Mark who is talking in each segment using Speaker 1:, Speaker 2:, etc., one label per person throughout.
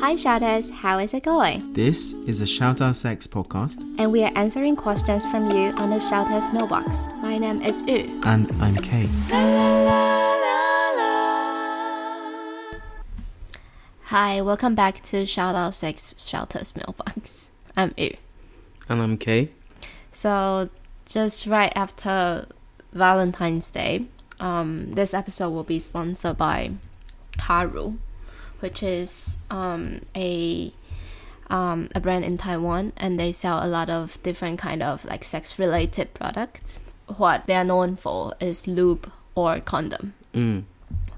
Speaker 1: Hi, shouters, how is it going?
Speaker 2: This is a Shout Out Sex podcast,
Speaker 1: And we are answering questions from you on the shouters mailbox. My name is Yu.
Speaker 2: and I'm Kay.
Speaker 1: Hi, welcome back to Shout Out Sex Shouters mailbox. I'm Yu.
Speaker 2: And I'm Kay.
Speaker 1: So, just right after Valentine's Day, um, this episode will be sponsored by Haru, which is um, a um, a brand in Taiwan, and they sell a lot of different kind of like sex related products. What they are known for is lube or condom,
Speaker 2: Mm.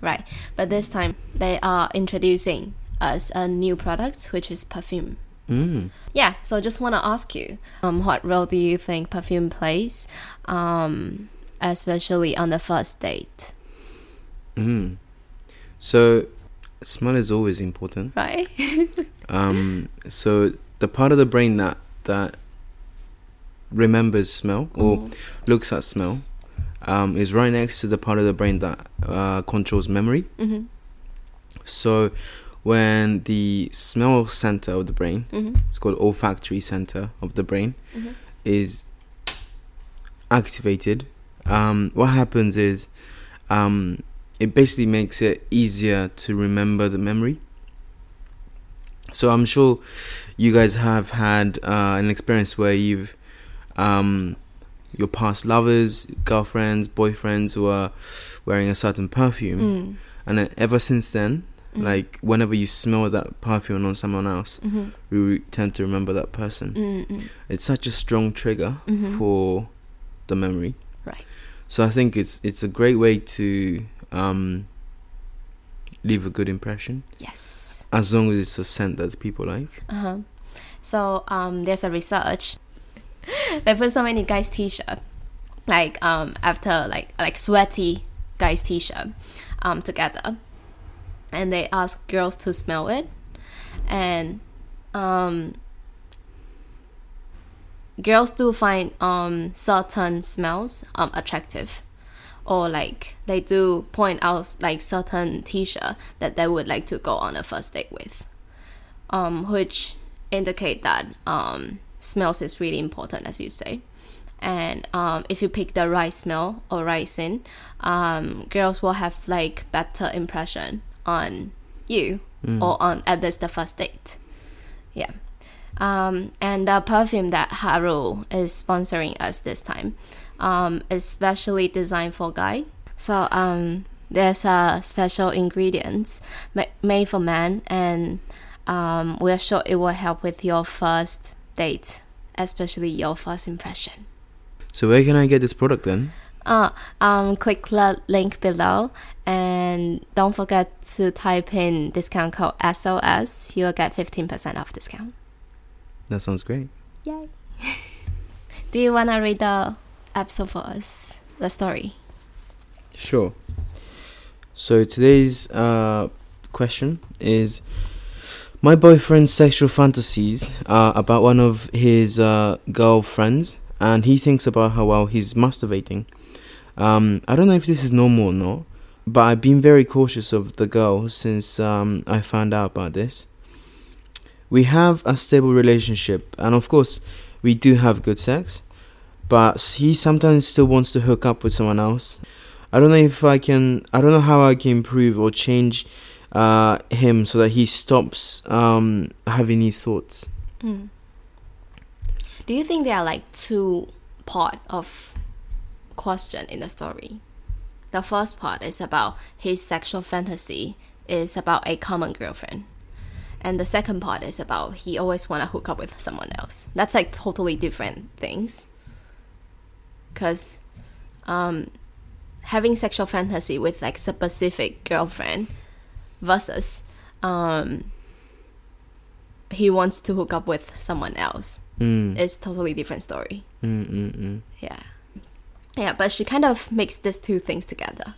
Speaker 1: right? But this time they are introducing us a new product, which is perfume.
Speaker 2: Mm.
Speaker 1: Yeah, so just want to ask you, um, what role do you think perfume plays, um, especially on the first date,
Speaker 2: Mm. So, smell is always important.
Speaker 1: right?
Speaker 2: Um, so, the part of the brain that, that remembers smell or looks at smell um, is right next to the part of the brain that uh, controls memory.
Speaker 1: mm-hmm.
Speaker 2: So, when the smell center of the brain
Speaker 1: Mm-hmm.
Speaker 2: it's called olfactory center of the brain
Speaker 1: Mhm.
Speaker 2: is activated um, what happens is um, it basically makes it easier to remember the memory so i'm sure you guys have had uh, an experience where you've um, your past lovers girlfriends boyfriends were wearing a certain perfume
Speaker 1: Mm.
Speaker 2: and then ever since then
Speaker 1: Mhm.
Speaker 2: like whenever you smell that perfume on someone else
Speaker 1: Mhm.
Speaker 2: we re- tend to remember that person.
Speaker 1: Mm, mm.
Speaker 2: It's such a strong trigger
Speaker 1: Mhm.
Speaker 2: for the memory.
Speaker 1: Right.
Speaker 2: So I think it's it's a great way to um, leave a good impression
Speaker 1: Yes.
Speaker 2: as long as it's a scent that people like.
Speaker 1: Uh-huh. So um, there's a research. they put so many guys' t-shirt, like um, after like like sweaty guys' t-shirt, um, together, and they ask girls to smell it, and um, girls do find um certain smells um attractive. Or like they do point out like certain t-shirt that they would like to go on a first date with um, which indicate that um, smells is really important, as you say. And um, if you pick the right smell or right scent, um, girls will have like better impression on you or on at least the first date. Yeah. Um, and the perfume that Haru is sponsoring us this time um, is specially designed for guy. So um, there's a special ingredients ma- made for man, and um, we're sure it will help with your first date, especially your first impression.
Speaker 2: So where can I get this product then?
Speaker 1: Uh, um, click the link below and don't forget to type in discount code SOS. You'll get 15% off discount.
Speaker 2: That sounds great.
Speaker 1: Yay. Do you want to read the episode for us? The story?
Speaker 2: Sure. So today's uh, question is my boyfriend's sexual fantasies are about one of his uh, girlfriends, and he thinks about her while he's masturbating. Um, I don't know if this is normal or not, but I've been very cautious of the girl since um, I found out about this. We have a stable relationship, and of course, we do have good sex, but he sometimes still wants to hook up with someone else. I don't know if I can. I don't know how I can improve or change uh, him so that he stops um, having these thoughts.
Speaker 1: Mm. Do you think there are like two part of question in the story? The first part is about his sexual fantasy is about a common girlfriend. And the second part is about he always want to hook up with someone else. That's like totally different things. Cuz um having sexual fantasy with like specific girlfriend versus um he wants to hook up with someone else
Speaker 2: Mm,
Speaker 1: It's totally different story.
Speaker 2: mm, mm, mm.
Speaker 1: Yeah. Yeah, but she kind of mixed these two things together.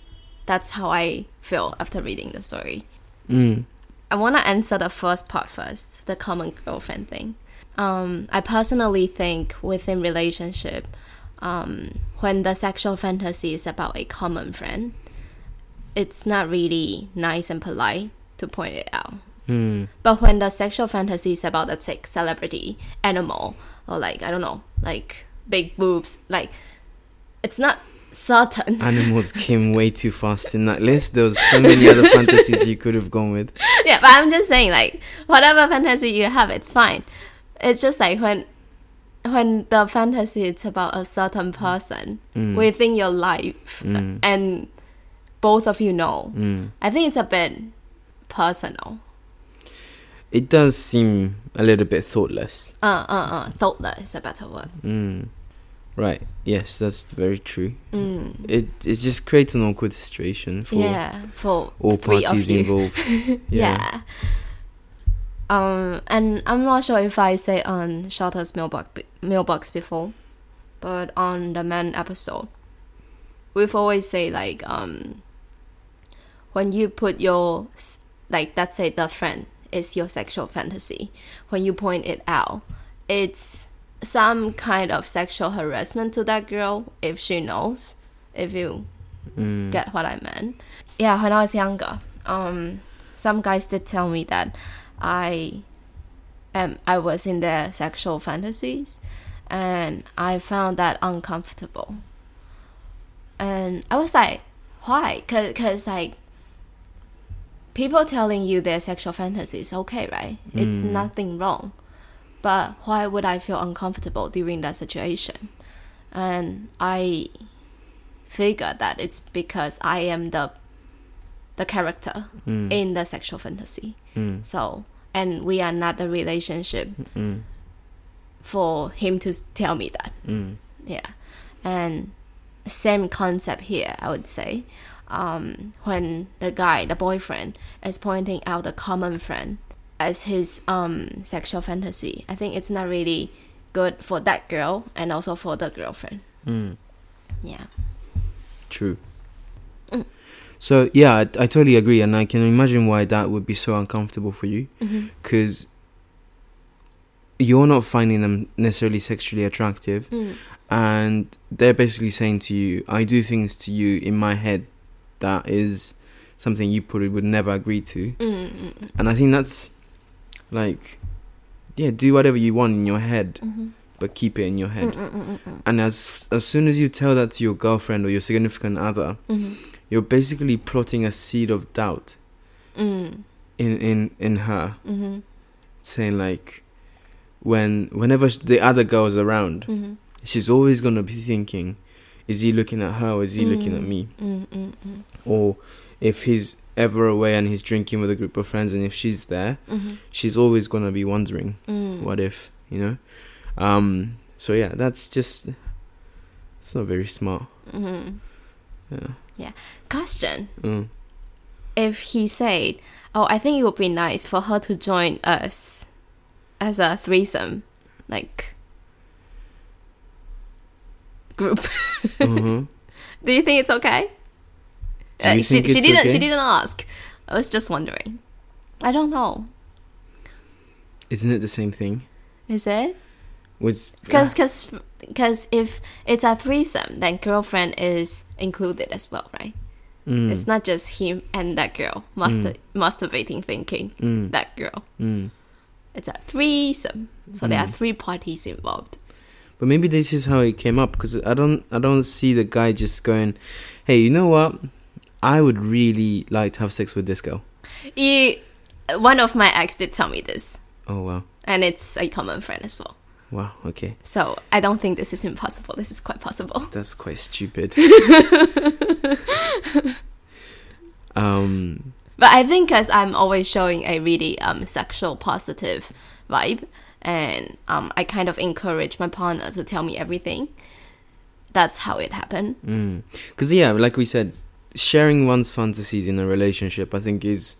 Speaker 1: That's how I feel after reading the story.
Speaker 2: Mm.
Speaker 1: I want to answer the first part first, the common girlfriend thing. Um, I personally think within relationship, um, when the sexual fantasy is about a common friend, it's not really nice and polite to point it out.
Speaker 2: Hmm.
Speaker 1: But when the sexual fantasy is about a like celebrity, animal, or like I don't know, like big boobs, like it's not certain.
Speaker 2: Animals came way too fast in that list. There was so many other fantasies you could have gone with.
Speaker 1: yeah, but I'm just saying like whatever fantasy you have, it's fine. It's just like when when the fantasy it's about a certain person within your life
Speaker 2: Mm.
Speaker 1: and both of you know.
Speaker 2: Mm.
Speaker 1: I think it's a bit personal.
Speaker 2: It does seem a little bit thoughtless.
Speaker 1: Uh uh uh thoughtless is a better word.
Speaker 2: Mm. Right. Yes, that's very true.
Speaker 1: Mm.
Speaker 2: It it just creates an awkward situation for
Speaker 1: yeah, for
Speaker 2: all
Speaker 1: three of
Speaker 2: parties
Speaker 1: you.
Speaker 2: involved. Yeah.
Speaker 1: Yeah. Um, and I'm not sure if I say on Shelter's mailbox be- mailbox before, but on the man episode, we've always say like um. When you put your s- like, let's say the friend is your sexual fantasy, when you point it out, it's some kind of sexual harassment to that girl if she knows, if you
Speaker 2: Mm.
Speaker 1: get what I meant. Yeah, when I was younger, um, some guys did tell me that I um, I was in their sexual fantasies, and I found that uncomfortable. And I was like, why? Cause, 'cause, like people telling you their sexual fantasies, okay, right? It's nothing wrong, but why would I feel uncomfortable during that situation? And I figure that it's because I am the the character
Speaker 2: Mm.
Speaker 1: in the sexual fantasy.
Speaker 2: Mm.
Speaker 1: So and we are not a relationship
Speaker 2: Mm.
Speaker 1: for him to s- tell me that.
Speaker 2: Mm.
Speaker 1: Yeah. And same concept here, I would say. Um, when the guy, the boyfriend, is pointing out the common friend as his um, sexual fantasy, I think it's not really good for that girl and also for the girlfriend.
Speaker 2: Mm.
Speaker 1: Yeah.
Speaker 2: True. So yeah, I, I totally agree, and I can imagine why that would be so uncomfortable for you,
Speaker 1: Mhm.
Speaker 2: because you're not finding them necessarily sexually attractive,
Speaker 1: Mm.
Speaker 2: and they're basically saying to you, "I do things to you in my head that is something you probably would never agree to,"
Speaker 1: Mm, mm, mm.
Speaker 2: and I think that's like, yeah, do whatever you want in your head,
Speaker 1: Mhm.
Speaker 2: but keep it in your head.
Speaker 1: Mm, mm, mm, mm, mm.
Speaker 2: And as as soon as you tell that to your girlfriend or your significant other,
Speaker 1: Mhm.
Speaker 2: you're basically plotting a seed of doubt
Speaker 1: Mm,
Speaker 2: in in in her
Speaker 1: mhm,
Speaker 2: saying like when whenever sh- the other girl's around
Speaker 1: mhm,
Speaker 2: she's always going to be thinking is he looking at her or is he looking at
Speaker 1: Mm.
Speaker 2: me
Speaker 1: mm, mm, mm,
Speaker 2: or if he's ever away and he's drinking with a group of friends and if she's there
Speaker 1: mhm,
Speaker 2: she's always going to be wondering
Speaker 1: mm.
Speaker 2: what if you know um so yeah that's just it's not very smart
Speaker 1: Mhm.
Speaker 2: yeah
Speaker 1: Question:
Speaker 2: mm.
Speaker 1: If he said, "Oh, I think it would be nice for her to join us as a threesome, like group,"
Speaker 2: uh-huh.
Speaker 1: do you think it's okay? Uh,
Speaker 2: Do you
Speaker 1: she
Speaker 2: think
Speaker 1: she
Speaker 2: it's
Speaker 1: didn't.
Speaker 2: okay?
Speaker 1: She didn't ask. I was just wondering. I don't know.
Speaker 2: isn't it the same thing
Speaker 1: Is it?
Speaker 2: was
Speaker 1: Because cause, cause if it's a threesome, then girlfriend is included as well, right?
Speaker 2: Mm.
Speaker 1: It's not just him and that girl master- masturbating, thinking
Speaker 2: Mm.
Speaker 1: that girl.
Speaker 2: Mm.
Speaker 1: It's a threesome, so there
Speaker 2: Hmm.
Speaker 1: are three parties involved.
Speaker 2: But maybe this is how it came up because I don't I don't see the guy just going, "Hey, you know what? I would really like to have sex with this girl."
Speaker 1: You, one of my ex did tell me this,
Speaker 2: Oh wow,
Speaker 1: and it's a common friend as well.
Speaker 2: wow, okay,
Speaker 1: So I don't think this is impossible. This is quite possible.
Speaker 2: that's quite stupid. um,
Speaker 1: But I think because I'm always showing a really um, sexual positive vibe, and um, I kind of encourage my partner to tell me everything. That's how it happened.
Speaker 2: because mm. yeah, like we said, sharing one's fantasies in a relationship, I think is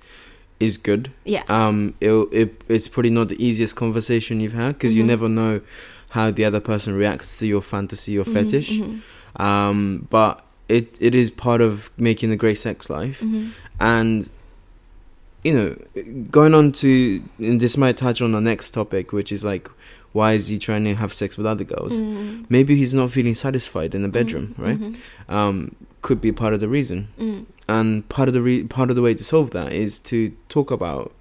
Speaker 2: is good.
Speaker 1: Yeah.
Speaker 2: Um, it it it's probably not the easiest conversation you've had because you never know how the other person reacts to your fantasy
Speaker 1: Mm-hmm,
Speaker 2: or fetish. um, but it it is part of making a great sex life,
Speaker 1: Mm. Mm-hmm.
Speaker 2: and you know, going on to and this might touch on the next topic, which is like, why is he trying to have sex with other girls?
Speaker 1: Mm, Mm-hmm.
Speaker 2: Maybe he's not feeling satisfied in the bedroom, right?
Speaker 1: mhm,
Speaker 2: Um, could be part of the reason.
Speaker 1: mm,
Speaker 2: and part of the re- part of the way to solve that is to talk about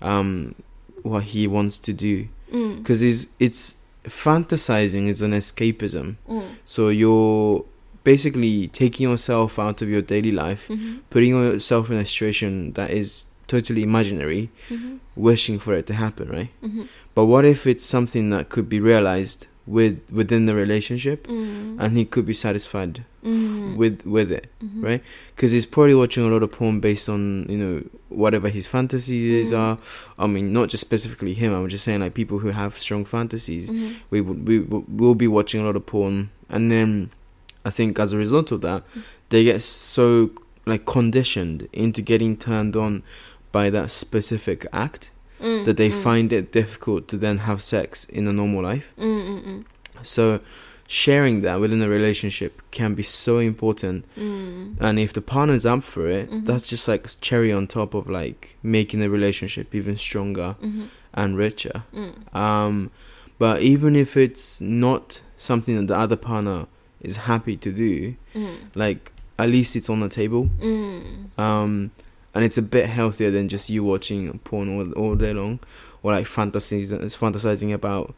Speaker 2: um, what he wants to do
Speaker 1: Mm.
Speaker 2: because is it's fantasizing is an escapism.
Speaker 1: Mm.
Speaker 2: So you're basically taking yourself out of your daily life,
Speaker 1: Mhm.
Speaker 2: putting yourself in a situation that is totally imaginary,
Speaker 1: Mhm.
Speaker 2: wishing for it to happen, right?
Speaker 1: Mhm.
Speaker 2: But what if it's something that could be realized with within the relationship,
Speaker 1: Mm.
Speaker 2: and he could be satisfied
Speaker 1: Mhm.
Speaker 2: with with it?
Speaker 1: Mhm.
Speaker 2: right? Because he's probably watching a lot of porn based on you know whatever his fantasies
Speaker 1: Mm.
Speaker 2: are. I mean, not just specifically him. I'm just saying like people who have strong fantasies,
Speaker 1: Mhm.
Speaker 2: we will we will will be watching a lot of porn, and then I think as a result of that, they get so like conditioned into getting turned on by that specific act
Speaker 1: Mm.
Speaker 2: that they
Speaker 1: Mm.
Speaker 2: find it difficult to then have sex in a normal life.
Speaker 1: Mm. Mm. Mm.
Speaker 2: So sharing that within a relationship can be so important
Speaker 1: Mm.
Speaker 2: and if the partner's up for it
Speaker 1: Mhm.
Speaker 2: that's just like cherry on top of like making the relationship even stronger
Speaker 1: Mhm.
Speaker 2: and richer
Speaker 1: Mm.
Speaker 2: um but even if it's not something that the other partner is happy to do
Speaker 1: Mm.
Speaker 2: like at least it's on the table
Speaker 1: Mm.
Speaker 2: um and it's a bit healthier than just you watching porn all, all day long or like fantasies fantasizing about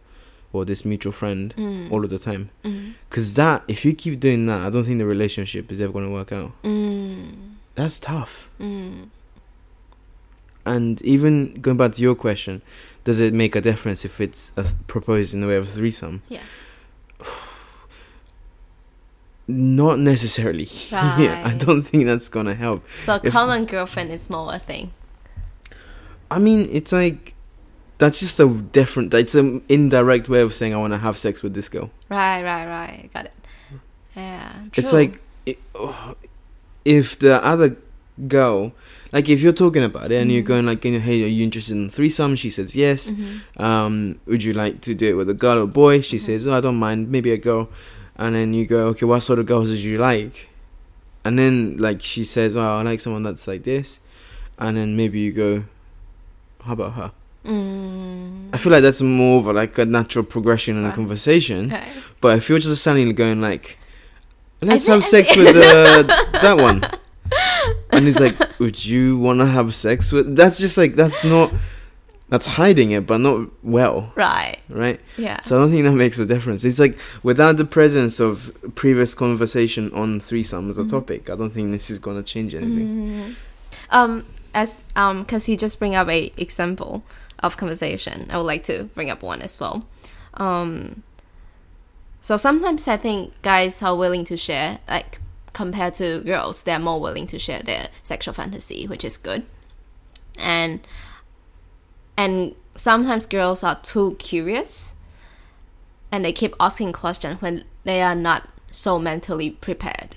Speaker 2: or this mutual friend
Speaker 1: Mm.
Speaker 2: all of the time
Speaker 1: Mm.
Speaker 2: because that if you keep doing that i don't think the relationship is ever going to work out
Speaker 1: Mm.
Speaker 2: that's tough
Speaker 1: Mm.
Speaker 2: And even going back to your question, does it make a difference if it's a proposed in the way of a threesome?
Speaker 1: Yeah.
Speaker 2: Not necessarily. yeah, I
Speaker 1: Right.
Speaker 2: don't think that's gonna help.
Speaker 1: So
Speaker 2: If-
Speaker 1: common girlfriend is more a thing.
Speaker 2: I mean, it's like that's just a different. It's an indirect way of saying I want to have sex with this girl.
Speaker 1: Right, right, right. Got it. Yeah.
Speaker 2: It's
Speaker 1: true.
Speaker 2: like it, oh, if the other girl, like if you're talking about it and you're
Speaker 1: Mhm.
Speaker 2: going like, you know, hey, are you interested in threesome? She says yes.
Speaker 1: Mhm.
Speaker 2: um, would you like to do it with a girl or boy? She
Speaker 1: Mhm.
Speaker 2: says, oh, I don't mind, maybe a girl. And then you go, okay, what sort of girls would you like? And then like she says, oh, I like someone that's like this. And then maybe you go, how about her?
Speaker 1: Mm.
Speaker 2: I feel like that's more of a, like a natural progression in the
Speaker 1: Right.
Speaker 2: conversation.
Speaker 1: Right.
Speaker 2: But if you're just suddenly going like, let's
Speaker 1: think-
Speaker 2: have sex with uh, that one. And it's like, would you want to have sex with? That's just like, that's not, that's hiding it, but not well,
Speaker 1: Right.
Speaker 2: right?
Speaker 1: Yeah.
Speaker 2: So I don't think that makes a difference. It's like without the presence of previous conversation on threesome as a
Speaker 1: Mhm.
Speaker 2: topic, I don't think this is gonna change anything.
Speaker 1: Mhm. Um, as um, because you just bring up a example of conversation, I would like to bring up one as well. Um, so sometimes I think guys are willing to share, like compared to girls, they're more willing to share their sexual fantasy, which is good. And and sometimes girls are too curious and they keep asking questions when they are not so mentally prepared.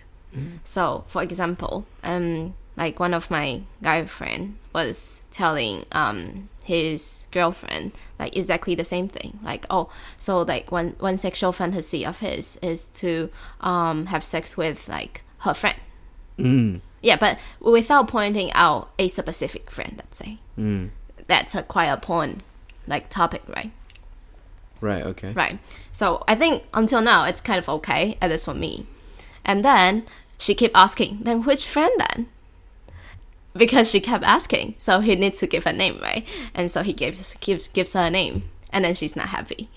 Speaker 1: So, for example, um, like one of my guy friend was telling um his girlfriend like exactly the same thing. Like, oh, so like one one sexual fantasy of his is to um have sex with like her friend.
Speaker 2: Mm.
Speaker 1: Yeah, but without pointing out a specific friend, let's say
Speaker 2: Mm.
Speaker 1: that's a quite a porn like topic, right?
Speaker 2: Right. Okay.
Speaker 1: Right. So I think until now it's kind of okay, at least for me. And then she kept asking, then which friend then? Because she kept asking, so he needs to give her name, right? And so he gives gives gives her a name, and then she's not happy.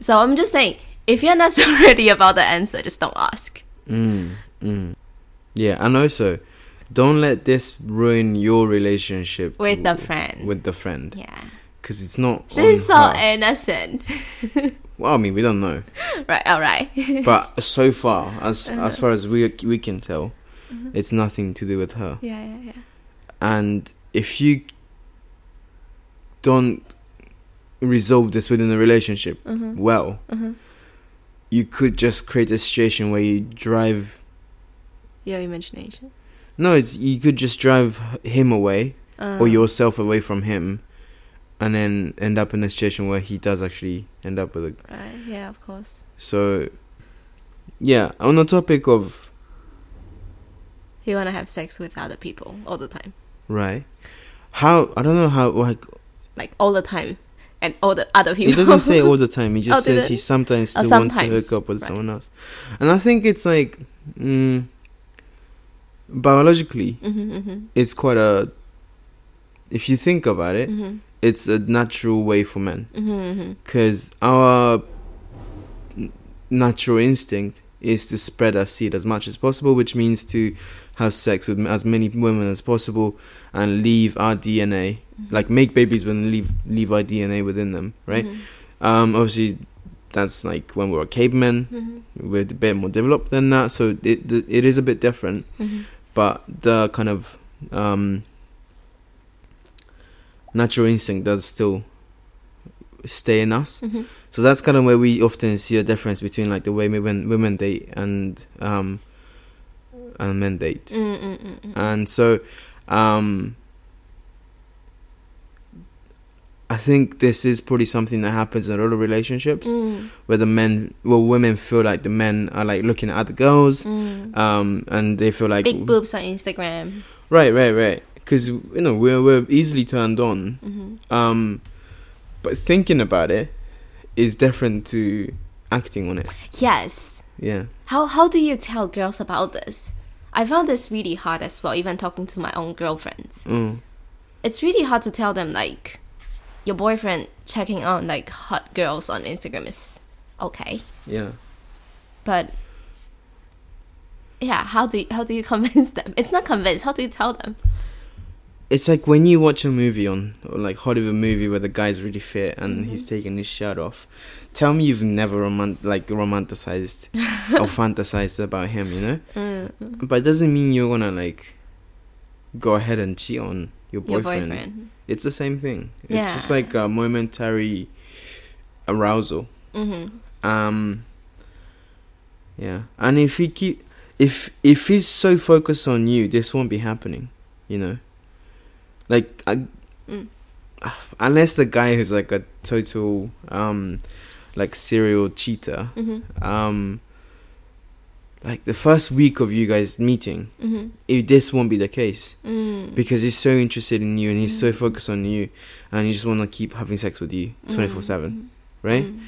Speaker 1: So I'm just saying, if you're not so ready about the answer, just don't ask.
Speaker 2: Mm. Mm. Yeah, and also, don't let this ruin your relationship
Speaker 1: With the
Speaker 2: w-
Speaker 1: friend.
Speaker 2: With the friend,
Speaker 1: Yeah,
Speaker 2: because it's not.
Speaker 1: she's so
Speaker 2: on her.
Speaker 1: innocent,
Speaker 2: well, I mean, we don't know,
Speaker 1: right? All right.
Speaker 2: but so far, as
Speaker 1: Uh-huh.
Speaker 2: as far as we we can tell,
Speaker 1: Mm-hmm.
Speaker 2: it's nothing to do with her.
Speaker 1: yeah, yeah, yeah.
Speaker 2: and if you don't resolve this within the relationship
Speaker 1: Mhm.
Speaker 2: well
Speaker 1: Mhm.
Speaker 2: you could just create a situation where you drive
Speaker 1: Your imagination.
Speaker 2: no it's you could just drive him away
Speaker 1: Uh,
Speaker 2: or yourself away from him and then end up in a situation where he does actually end up with a
Speaker 1: Right. Yeah, of course.
Speaker 2: so yeah on the topic of
Speaker 1: You want to have sex with other people all the time.
Speaker 2: right how i don't know how like
Speaker 1: like all the time and all the other people.
Speaker 2: He doesn't say all the time. He just
Speaker 1: Oh, did
Speaker 2: says
Speaker 1: it?
Speaker 2: he sometimes
Speaker 1: Oh,
Speaker 2: still wants to
Speaker 1: sometimes.
Speaker 2: hook up with
Speaker 1: Right.
Speaker 2: someone else, and I think it's like, mm, biologically,
Speaker 1: hmm hmm
Speaker 2: it's quite a. If you think about it,
Speaker 1: hmm
Speaker 2: it's a natural way for men
Speaker 1: hmm
Speaker 2: because our n- natural instinct is to spread our seed as much as possible, which means to have sex with m- as many women as possible and leave our DNA,
Speaker 1: Mm-hmm.
Speaker 2: like make babies, but leave leave our DNA within them, right? Um, obviously, that's like when we were cavemen.
Speaker 1: hmm
Speaker 2: We're a bit more developed than that, so it th- it is a bit different.
Speaker 1: hmm
Speaker 2: But the kind of um, natural instinct does still stay in us.
Speaker 1: hmm
Speaker 2: So that's kind of where we often see a difference between like the way women women date and um, and men date.
Speaker 1: Mm. Mm-mm-mm.
Speaker 2: And so, um, I think this is probably something that happens in a lot of relationships
Speaker 1: Mm,
Speaker 2: where the men, well, women feel like the men are like looking at the girls, um, and they feel like
Speaker 1: mm. Big boobs on Instagram.
Speaker 2: right, right, right, because you know we're we're easily turned on,
Speaker 1: hmm
Speaker 2: um, but thinking about it is different to acting on it.
Speaker 1: Yes.
Speaker 2: Yeah,
Speaker 1: How how do you tell girls about this? I found this really hard as well, even talking to my own girlfriends.
Speaker 2: mm.
Speaker 1: It's really hard to tell them like your boyfriend checking on like hot girls on Instagram is okay.
Speaker 2: yeah.
Speaker 1: But yeah, how do you, how do you convince them? It's not convince. How do you tell them?
Speaker 2: It's like when you watch a movie on, or like Hollywood movie where the guy's really fit and he's taking his shirt off. Tell me you've never romant- like romanticized or fantasized about him, you know?
Speaker 1: Mm,
Speaker 2: But it doesn't mean you're gonna like go ahead and cheat on your
Speaker 1: your
Speaker 2: boyfriend.
Speaker 1: boyfriend.
Speaker 2: It's the same thing. It's
Speaker 1: Yeah.
Speaker 2: just like a momentary arousal.
Speaker 1: Mm-hmm.
Speaker 2: Um Yeah. And if he keep if if he's so focused on you, this won't be happening, you know? Like I,
Speaker 1: Mm.
Speaker 2: unless the guy who's like a total um like serial cheater,
Speaker 1: Mm-hmm.
Speaker 2: um like the first week of you guys meeting,
Speaker 1: Mm-hmm.
Speaker 2: it, this won't be the case
Speaker 1: Mm.
Speaker 2: because he's so interested in you and he's so focused on you and you just want to keep having sex with you 24 7
Speaker 1: Mm.
Speaker 2: right
Speaker 1: Mm.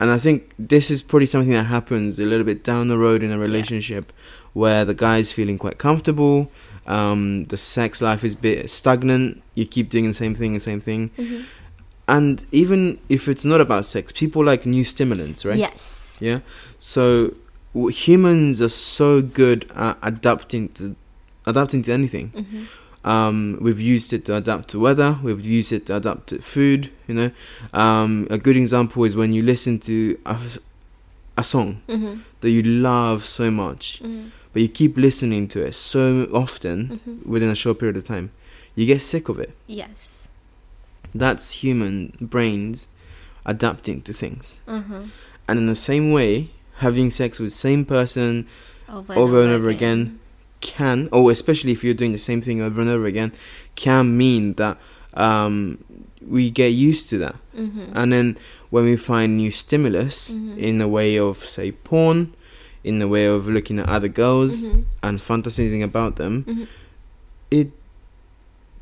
Speaker 2: and i think this is probably something that happens a little bit down the road in a relationship where the guy's feeling quite comfortable um, the sex life is a bit stagnant you keep doing the same thing the same thing
Speaker 1: Mhm.
Speaker 2: and even if it's not about sex people like new stimulants right
Speaker 1: Yes.
Speaker 2: yeah. So w- humans are so good at adapting to adapting to anything.
Speaker 1: Mhm.
Speaker 2: Um, we've used it to adapt to weather. We've used it to adapt to food. You know, um, a good example is when you listen to a, a song
Speaker 1: Mhm.
Speaker 2: that you love so much,
Speaker 1: Mhm.
Speaker 2: but you keep listening to it so often
Speaker 1: Mhm.
Speaker 2: within a short period of time, you get sick of it.
Speaker 1: Yes.
Speaker 2: That's human brains adapting to things.
Speaker 1: Mhm.
Speaker 2: And in the same way, having sex with same person
Speaker 1: Over
Speaker 2: Over and over again. can or especially if you're doing the same thing over and over again can mean that um we get used to that
Speaker 1: Mhm.
Speaker 2: and then when we find new stimulus
Speaker 1: Mhm.
Speaker 2: in the way of say porn in the way of looking at other girls
Speaker 1: Mhm.
Speaker 2: and fantasizing about them
Speaker 1: Mhm.
Speaker 2: it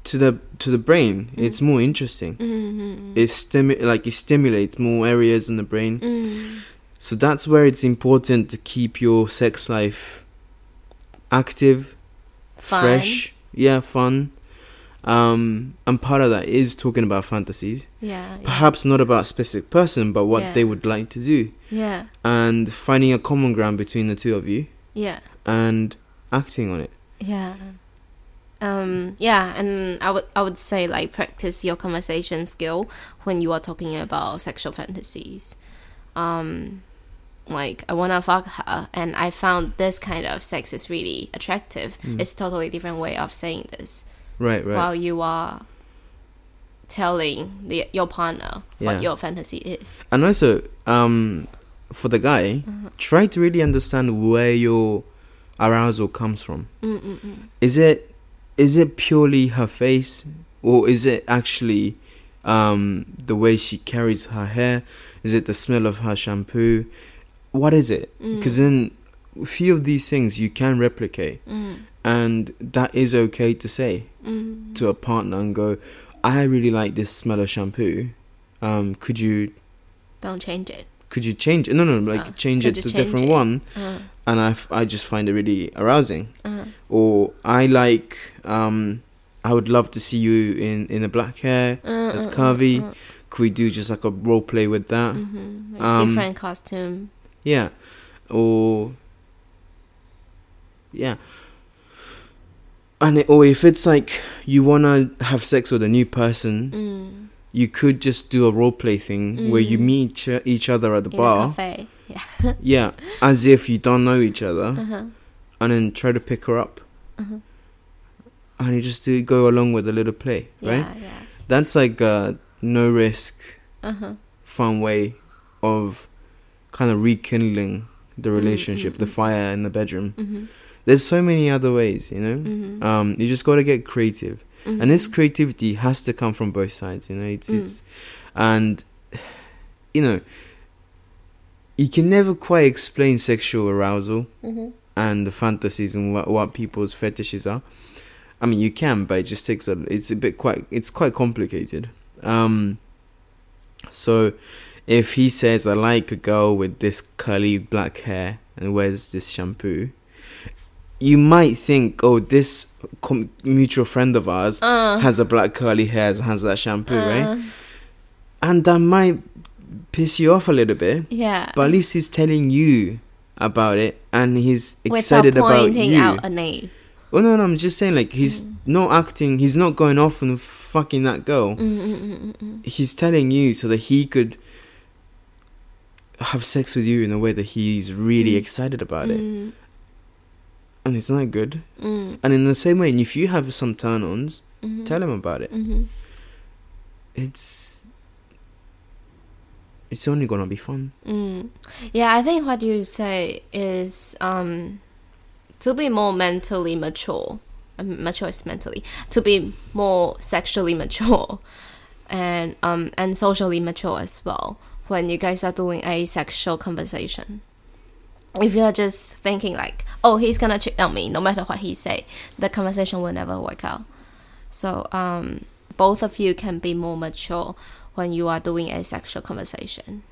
Speaker 2: to the to the brain
Speaker 1: Mhm.
Speaker 2: it's more interesting
Speaker 1: Mhm.
Speaker 2: it stimu- like it stimulates more areas in the brain
Speaker 1: Mm.
Speaker 2: so that's where it's important to keep your sex life active,
Speaker 1: Fun.
Speaker 2: fresh, yeah, fun. Um, and part of that is talking about fantasies,
Speaker 1: Yeah. yeah.
Speaker 2: perhaps not about a specific person, but what
Speaker 1: Yeah.
Speaker 2: they would like to do,
Speaker 1: Yeah.
Speaker 2: and finding a common ground between the two of you
Speaker 1: Yeah.
Speaker 2: and acting on it.
Speaker 1: Yeah. Um, yeah, and I would I would say like practice your conversation skill when you are talking about sexual fantasies. Um, like I wanna fuck her, and I found this kind of sex is really attractive. It's totally different way of saying this
Speaker 2: Mm. Right, right.
Speaker 1: while you are telling the, your partner
Speaker 2: Yeah.
Speaker 1: what your fantasy is.
Speaker 2: And also, um, for the guy, try to really understand where your arousal comes from.
Speaker 1: Mm, Mm-mm-mm.
Speaker 2: is it is it purely her face or is it actually um the way she carries her hair is it the smell of her shampoo what is it
Speaker 1: mm.
Speaker 2: because then a few of these things you can replicate
Speaker 1: Mm.
Speaker 2: and that is okay to say
Speaker 1: Mm.
Speaker 2: to a partner and go i really like this smell of shampoo um could you
Speaker 1: Don't change it.
Speaker 2: could you change it no no
Speaker 1: Ah,
Speaker 2: like change
Speaker 1: could
Speaker 2: it
Speaker 1: you
Speaker 2: to a
Speaker 1: change
Speaker 2: different
Speaker 1: it?
Speaker 2: one
Speaker 1: Uh,
Speaker 2: and I, f- I just find it really arousing.
Speaker 1: Uh-huh.
Speaker 2: Or I like, um, I would love to see you in, in a black hair.
Speaker 1: Uh,
Speaker 2: That's
Speaker 1: uh, uh,
Speaker 2: curvy.
Speaker 1: uh,
Speaker 2: Could we do just like a role play with that?
Speaker 1: mhm. Like
Speaker 2: Um,
Speaker 1: different costume.
Speaker 2: Yeah. Or yeah. And it, or if it's like you wanna have sex with a new person,
Speaker 1: Mm.
Speaker 2: you could just do a role play thing where you
Speaker 1: Mm.
Speaker 2: meet each, each other at the
Speaker 1: In a
Speaker 2: bar.
Speaker 1: cafe. Yeah.
Speaker 2: yeah, as if you don't know each other,
Speaker 1: Uh-huh.
Speaker 2: and then try to pick her up,
Speaker 1: Uh-huh.
Speaker 2: and you just do go along with a little play, right?
Speaker 1: Yeah, yeah.
Speaker 2: That's like a no risk,
Speaker 1: Uh-huh.
Speaker 2: fun way of kind of rekindling the
Speaker 1: Mm,
Speaker 2: relationship,
Speaker 1: mm,
Speaker 2: the
Speaker 1: mm.
Speaker 2: fire in the bedroom.
Speaker 1: Mm-hmm.
Speaker 2: There's so many other ways, you know.
Speaker 1: Mm-hmm.
Speaker 2: Um, you just gotta get creative. and this creativity has to come from both sides you know it's
Speaker 1: Mm.
Speaker 2: it's and you know you can never quite explain sexual arousal
Speaker 1: hmm
Speaker 2: and the fantasies and what, what people's fetishes are i mean you can but it just takes a it's a bit quite it's quite complicated um so if he says i like a girl with this curly black hair and wears this shampoo you might think oh this com- mutual friend of ours
Speaker 1: Uh,
Speaker 2: has a black curly hair has that shampoo, right?
Speaker 1: uh, Uh-huh.
Speaker 2: And that might piss you off a little bit,
Speaker 1: Yeah.
Speaker 2: but at least he's telling you about it and he's
Speaker 1: Without
Speaker 2: excited about
Speaker 1: pointing
Speaker 2: you.
Speaker 1: out a Mm. name.
Speaker 2: Oh no, no, I'm just saying like he's not acting, he's not going off and fucking that girl.
Speaker 1: Mm. Mm-hmm.
Speaker 2: He's telling you so that he could have sex with you in a way that he's really
Speaker 1: Mm.
Speaker 2: excited about it,
Speaker 1: Mm,
Speaker 2: and it's not good.
Speaker 1: mm,
Speaker 2: And in the same way, if you have some turn-ons,
Speaker 1: mm-hmm.
Speaker 2: tell him about it.
Speaker 1: Mm-hmm.
Speaker 2: It's it's only gonna be fun.
Speaker 1: Mm. Yeah, I think what you say is um, to be more mentally mature. Um, Mature is mentally to be more sexually mature, and um and socially mature as well. When you guys are doing a sexual conversation, if you are just thinking like, "Oh, he's gonna cheat on me," no matter what he say, the conversation will never work out. So um, both of you can be more mature when you are doing a sexual conversation.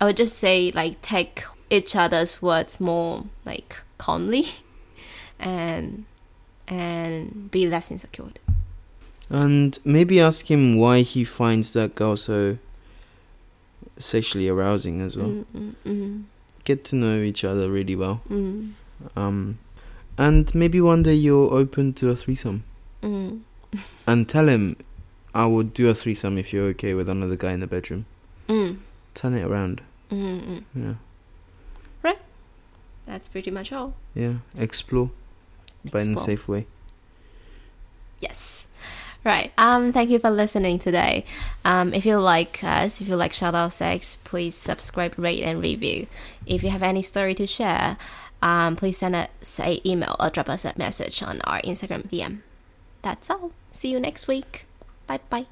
Speaker 1: I would just say like take each other's words more like calmly and and be less insecure.
Speaker 2: And maybe ask him why he finds that girl so sexually arousing as well.
Speaker 1: Mm, mm, mm,
Speaker 2: Get to know each other really well.
Speaker 1: mm,
Speaker 2: Um, and maybe one day you're open to a threesome.
Speaker 1: mm.
Speaker 2: And tell him, I will do a threesome if you're okay with another guy in the bedroom.
Speaker 1: Mm,
Speaker 2: Turn it around.
Speaker 1: mm, mm.
Speaker 2: Yeah.
Speaker 1: That's pretty much all.
Speaker 2: Yeah. Explore. But in a
Speaker 1: Explore.
Speaker 2: safe way.
Speaker 1: Yes. Right. Um thank you for listening today. Um if you like us, if you like Shout Out Sex, please subscribe, rate and review. If you have any story to share, um please send us a email or drop us a message on our Instagram DM. That's all. See you next week. Bye bye.